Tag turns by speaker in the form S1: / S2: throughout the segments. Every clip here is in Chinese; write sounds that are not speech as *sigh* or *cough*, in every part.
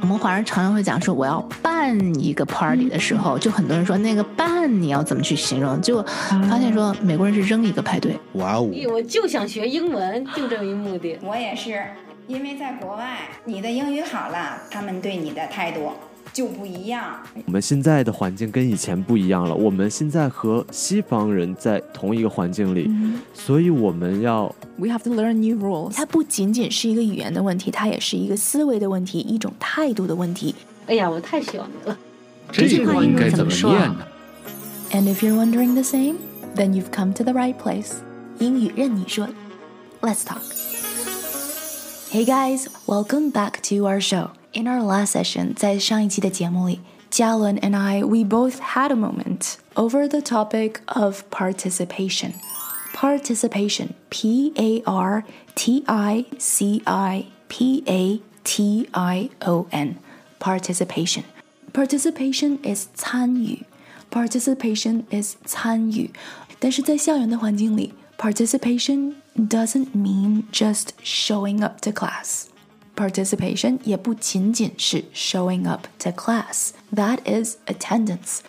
S1: 我们华人常常会讲说我要办一个 party 的时候，就很多人说那个办你要怎么去形容？结果发现说美国人是扔一个派对，
S2: 哇哦！
S3: 咦我就想学英文，就这一目的。
S4: 我也是，因为在国外，你的英语好了，他们对你的态度就不一样。
S5: 我们现在的环境跟以前不一样了，我们现在和西方人在同一个环境里，
S6: 嗯
S5: 所以我们要
S6: We have to learn new rules。
S7: 它不仅仅是一个语言的问题，它也是一个思维的问题，一种态度的问题。
S3: 哎呀，我太小了。
S8: 这个应该怎么念呢？
S7: And if you're wondering the same, then you've come to the right place. 英语任你说，Let's talk. Hey guys, welcome back to our show. In our last session，在上一期的节目里，Jialun and I we both had a moment over the topic of participation. Participation, P A R T I C I P A T I O N, participation. Participation is 参与，participation is 参与，但是在校园的环境里，participation doesn't mean just showing up to class。Participation 也不仅仅是 showing up to class. That is attendance.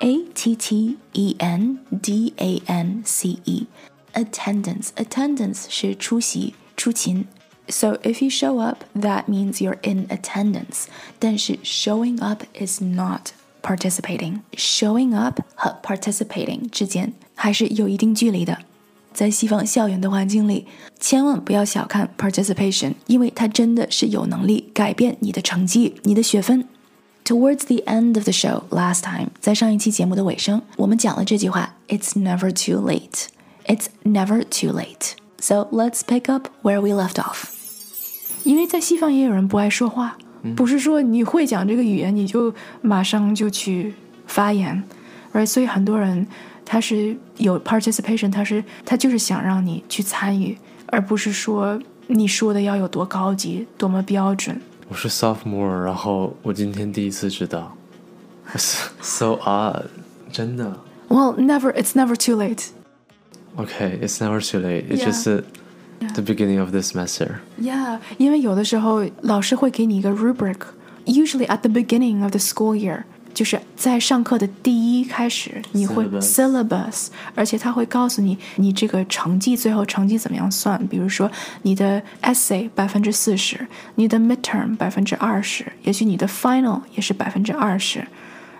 S7: A T T E N D A N C E. Attendance. Attendance 是出席、出勤。So if you show up, that means you're in attendance. 但是 showing up is not participating. Showing up 和 participating 之间还是有一定距离的。在西方校园的环境里，千万不要小看 participation，因为它真的是有能力改变你的成绩、你的学分。Towards the end of the show last time，在上一期节目的尾声，我们讲了这句话：It's never too late. It's never too late. So let's pick up where we left off.
S6: 因为在西方也有人不爱说话，不是说你会讲这个语言你就马上就去发言，right？所以很多人他是有 participation，他是他就是想让你去参与，而不是说你说的要有多高级、多么标准。
S5: 我是 sophomore，然后我今天第一次知道，so odd，真的。
S6: Well, never, it's never too late.
S5: OK，it's、never too late. It's
S6: Yeah.
S5: just the beginning of this semester.
S6: Yeah，因为有的时候老师会给你一个 rubric，usually at the beginning of the school year，就是在上课的第一开始，你会
S5: Syllabus
S6: syllabus，而且他会告诉你你这个成绩最后成绩怎么样算，比如说你的 essay 百分之四十，你的 midterm 百分之二十，也许你的 final 也是百分之二十。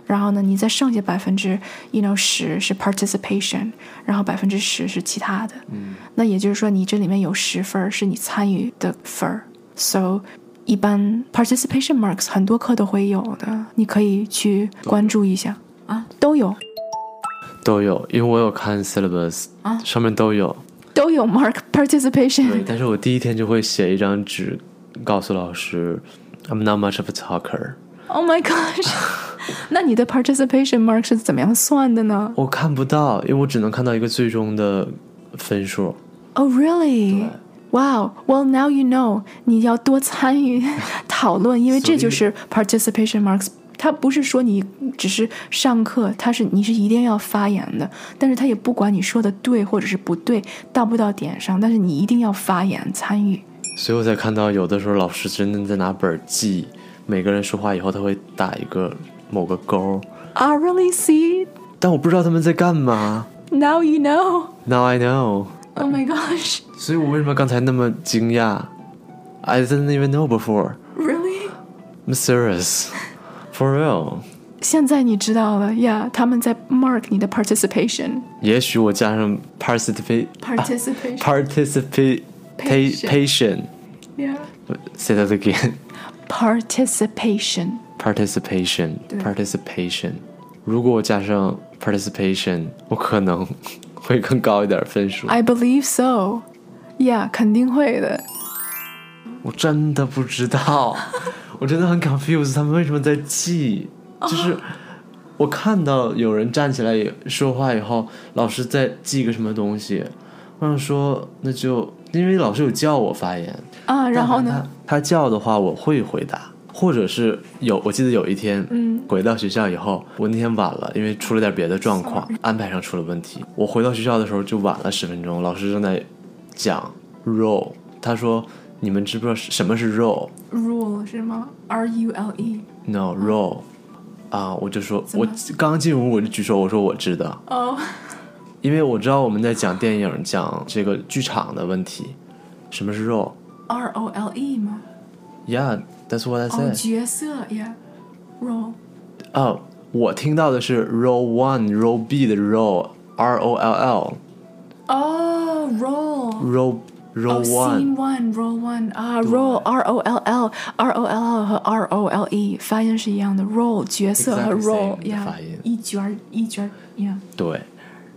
S6: 然后呢，你再剩下百分之，you know，十是 participation，然后百分之十是其他的。嗯，那也就是说，你这里面有十分儿是你参与的分儿。So，一般 participation marks 很多课都会有的，你可以去关注一下啊，都有
S5: 都有，因为我有看 syllabus，、
S6: 啊
S5: 上面都
S6: *laughs*
S5: 有。
S6: 都有 mark
S5: 对，
S6: participation。
S5: 但是我第一天就会写一张纸，告诉老师，I'm not much of a talker。
S6: Oh my gosh！那你的 participation mark 是怎么样算的呢
S5: 我看不到，因为我只能看到一个最终的分数。
S6: ？Oh really？Wow, well now you know，你要多参与 *laughs* 讨论，因为这就是 participation marks。它不是说你只是上课，它是你是一定要发言的，但是它也不管你说的对或者是不对，到不到点上，但是你一定要发言参与。
S5: 所以我才看到有的时候老师真的在拿本儿记每个人说话以后，他会打一个某个勾，
S6: Ah, really? See,
S5: 但我不知道他们在干嘛。
S6: now you know.
S5: Now I know，
S6: Oh my gosh, *laughs*
S5: 所以我为什么刚才那么惊讶？I didn't even know before.
S6: really?
S5: I'm serious, *laughs* for real.
S6: 现在你知道了呀他们在 mark 你的 participation,
S5: 也许我加上 participate
S6: participation.
S5: participation
S6: yeah,
S5: say that again *laughs*
S6: participation.
S5: participation participation 如果我加上 participation，我可能 *laughs* 会更高一点分数。
S6: I believe so. Yeah，肯定会的。
S5: 我真的不知道，我真的很 confused，他们为什么在记？就是我看到有人站起来也说话以后，老师在记个什么东西，我想说那就因为老师有叫我发言，
S6: 啊，然后
S5: 但
S6: 呢
S5: 凡？他？他叫的话，我会回答，或者是有，我记得有一天，嗯，回到学校以后，我那天晚了，因为出了点别的状况，
S6: 嗯
S5: 安排上出了问题。我回到学校的时候就晚了十分钟，老师正在讲 roll，他说你们知不知道什么是 roll？No
S6: rule 是吗？R U L E。
S5: roll，啊，我就说，
S6: 怎
S5: 我
S6: 么
S5: 刚刚进屋我就举手，我说我知道，
S6: 哦，
S5: 因为我知道我们在讲电影、讲这个剧场的问题，什么是 roll？Yeah，that's
S6: R O L E 吗？哦，
S5: what I said。
S6: 角色呀，role
S5: 哦，我听到的是 roll one roll B 的 roll，R O L L
S6: 哦，role。
S5: roll
S6: 哦
S5: roll
S6: Oh, ，scene
S5: one。
S6: one roll one 啊，roll r o l l r o l l 和 r o l e 发音是一样的，roll 角色和
S5: Exactly
S6: roll
S5: same 的
S6: 呀
S5: 发音，
S6: 一卷儿一卷儿呀，
S5: 对，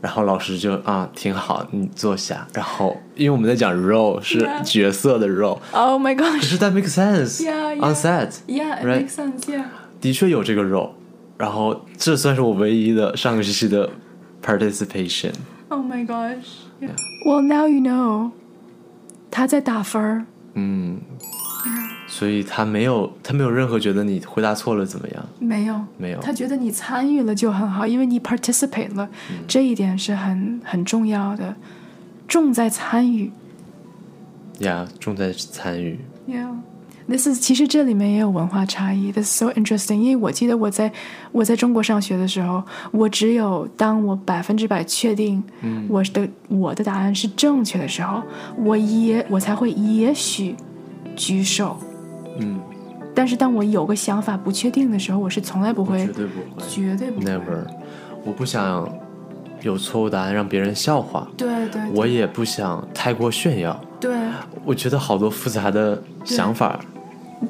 S5: 然后老师就啊，挺好，你坐下。然后因为我们在讲 role 是
S6: Yeah
S5: 角色的 role，
S6: Oh my
S5: 可
S6: gosh.
S5: 是 that makes sense
S6: Yeah, yeah.
S5: on set，
S6: Yeah, it
S5: Right.
S6: makes sense. Yeah.
S5: 的确有这个 role。然后这算是我唯一的上个学期的 participation。
S6: Oh my gosh. Yeah. Well, now you know. 他在打分儿。
S5: 嗯，所以他没有他没有任何觉得你回答错了怎么样？
S6: 没有，
S5: 没有
S6: 他觉得你参与了就很好，因为你 participate 了，
S5: 嗯
S6: 这一点是很很重要的，重在参与。
S5: 呀，重在参与。
S6: Yeah. This is 其实这里面也有文化差异。This is so interesting，因为我记得我在我在中国上学的时候，我只有当我百分之百确定
S5: 嗯
S6: 我的、我的答案是正确的时候，我也我才会也许举手。
S5: 嗯，
S6: 但是当我有个想法不确定的时候，我是从来不
S5: 我
S6: 会，
S5: 绝对不会
S6: 绝对不会
S5: ，never。我不想有错误答案让别人笑话，
S6: 对对对，
S5: 我也不想太过炫耀。
S6: 对。
S5: 我觉得好多复杂的想法，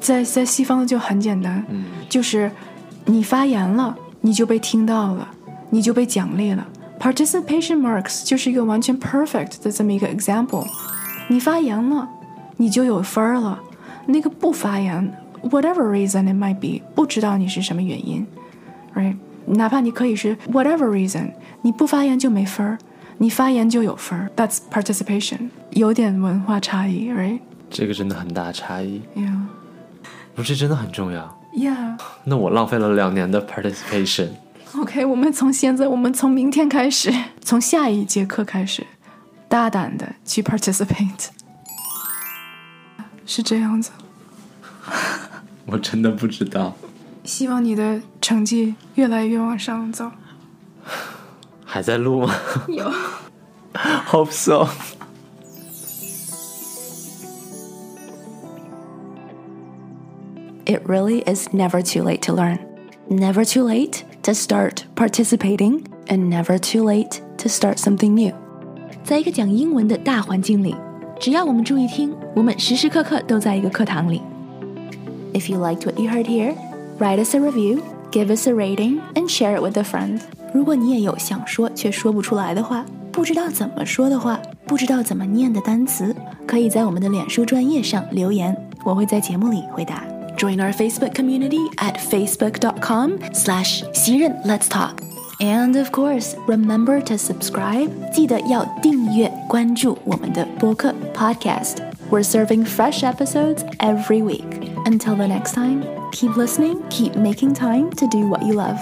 S6: 在在西方就很简单，就是你发言了，你就被听到了，你就被奖励了。Participation marks 就是一个完全 perfect 的这么一个 example。你发言了，你就有分儿了。那个不发言，whatever reason it might be，不知道你是什么原因，right？哪怕你可以是 whatever reason，你不发言就没分儿，你发言就有分儿。That's participation，有点文化差异，right？Yeah，yeah。
S5: 这个真的很大差异。不是真的很重要。
S6: Yeah.
S5: 那我浪费了两年的 participation。
S6: OK，我们从现在，我们从明天开始， *laughs* 从下一节课开始，大胆的去 participate，是这样子。
S5: 我真的不知道，
S6: 希望你的成绩越来越往上走。
S5: 还在录吗
S6: 有，
S5: *laughs* ？Hope so。
S7: It really is never too late to learn, never too late to start participating, and never too late to start something new. 在一个讲英文的大环境里，只要我们注意听，我们时时刻刻都在一个课堂里。If you liked what you heard here, write us a review, give us a rating, and share it with a friend. 如果你也有想说却说不出来的话，不知道怎么说的话，不知道怎么念的单词，可以在我们的脸书专业上留言，我会在节目里回答。Join our Facebook community at facebook.com slash 袭人 Let's Talk. And of course, remember to subscribe. 记得要订阅关注我们的播客 podcast. We're serving fresh episodes every week. Until the next time, keep listening, keep making time to do what you love.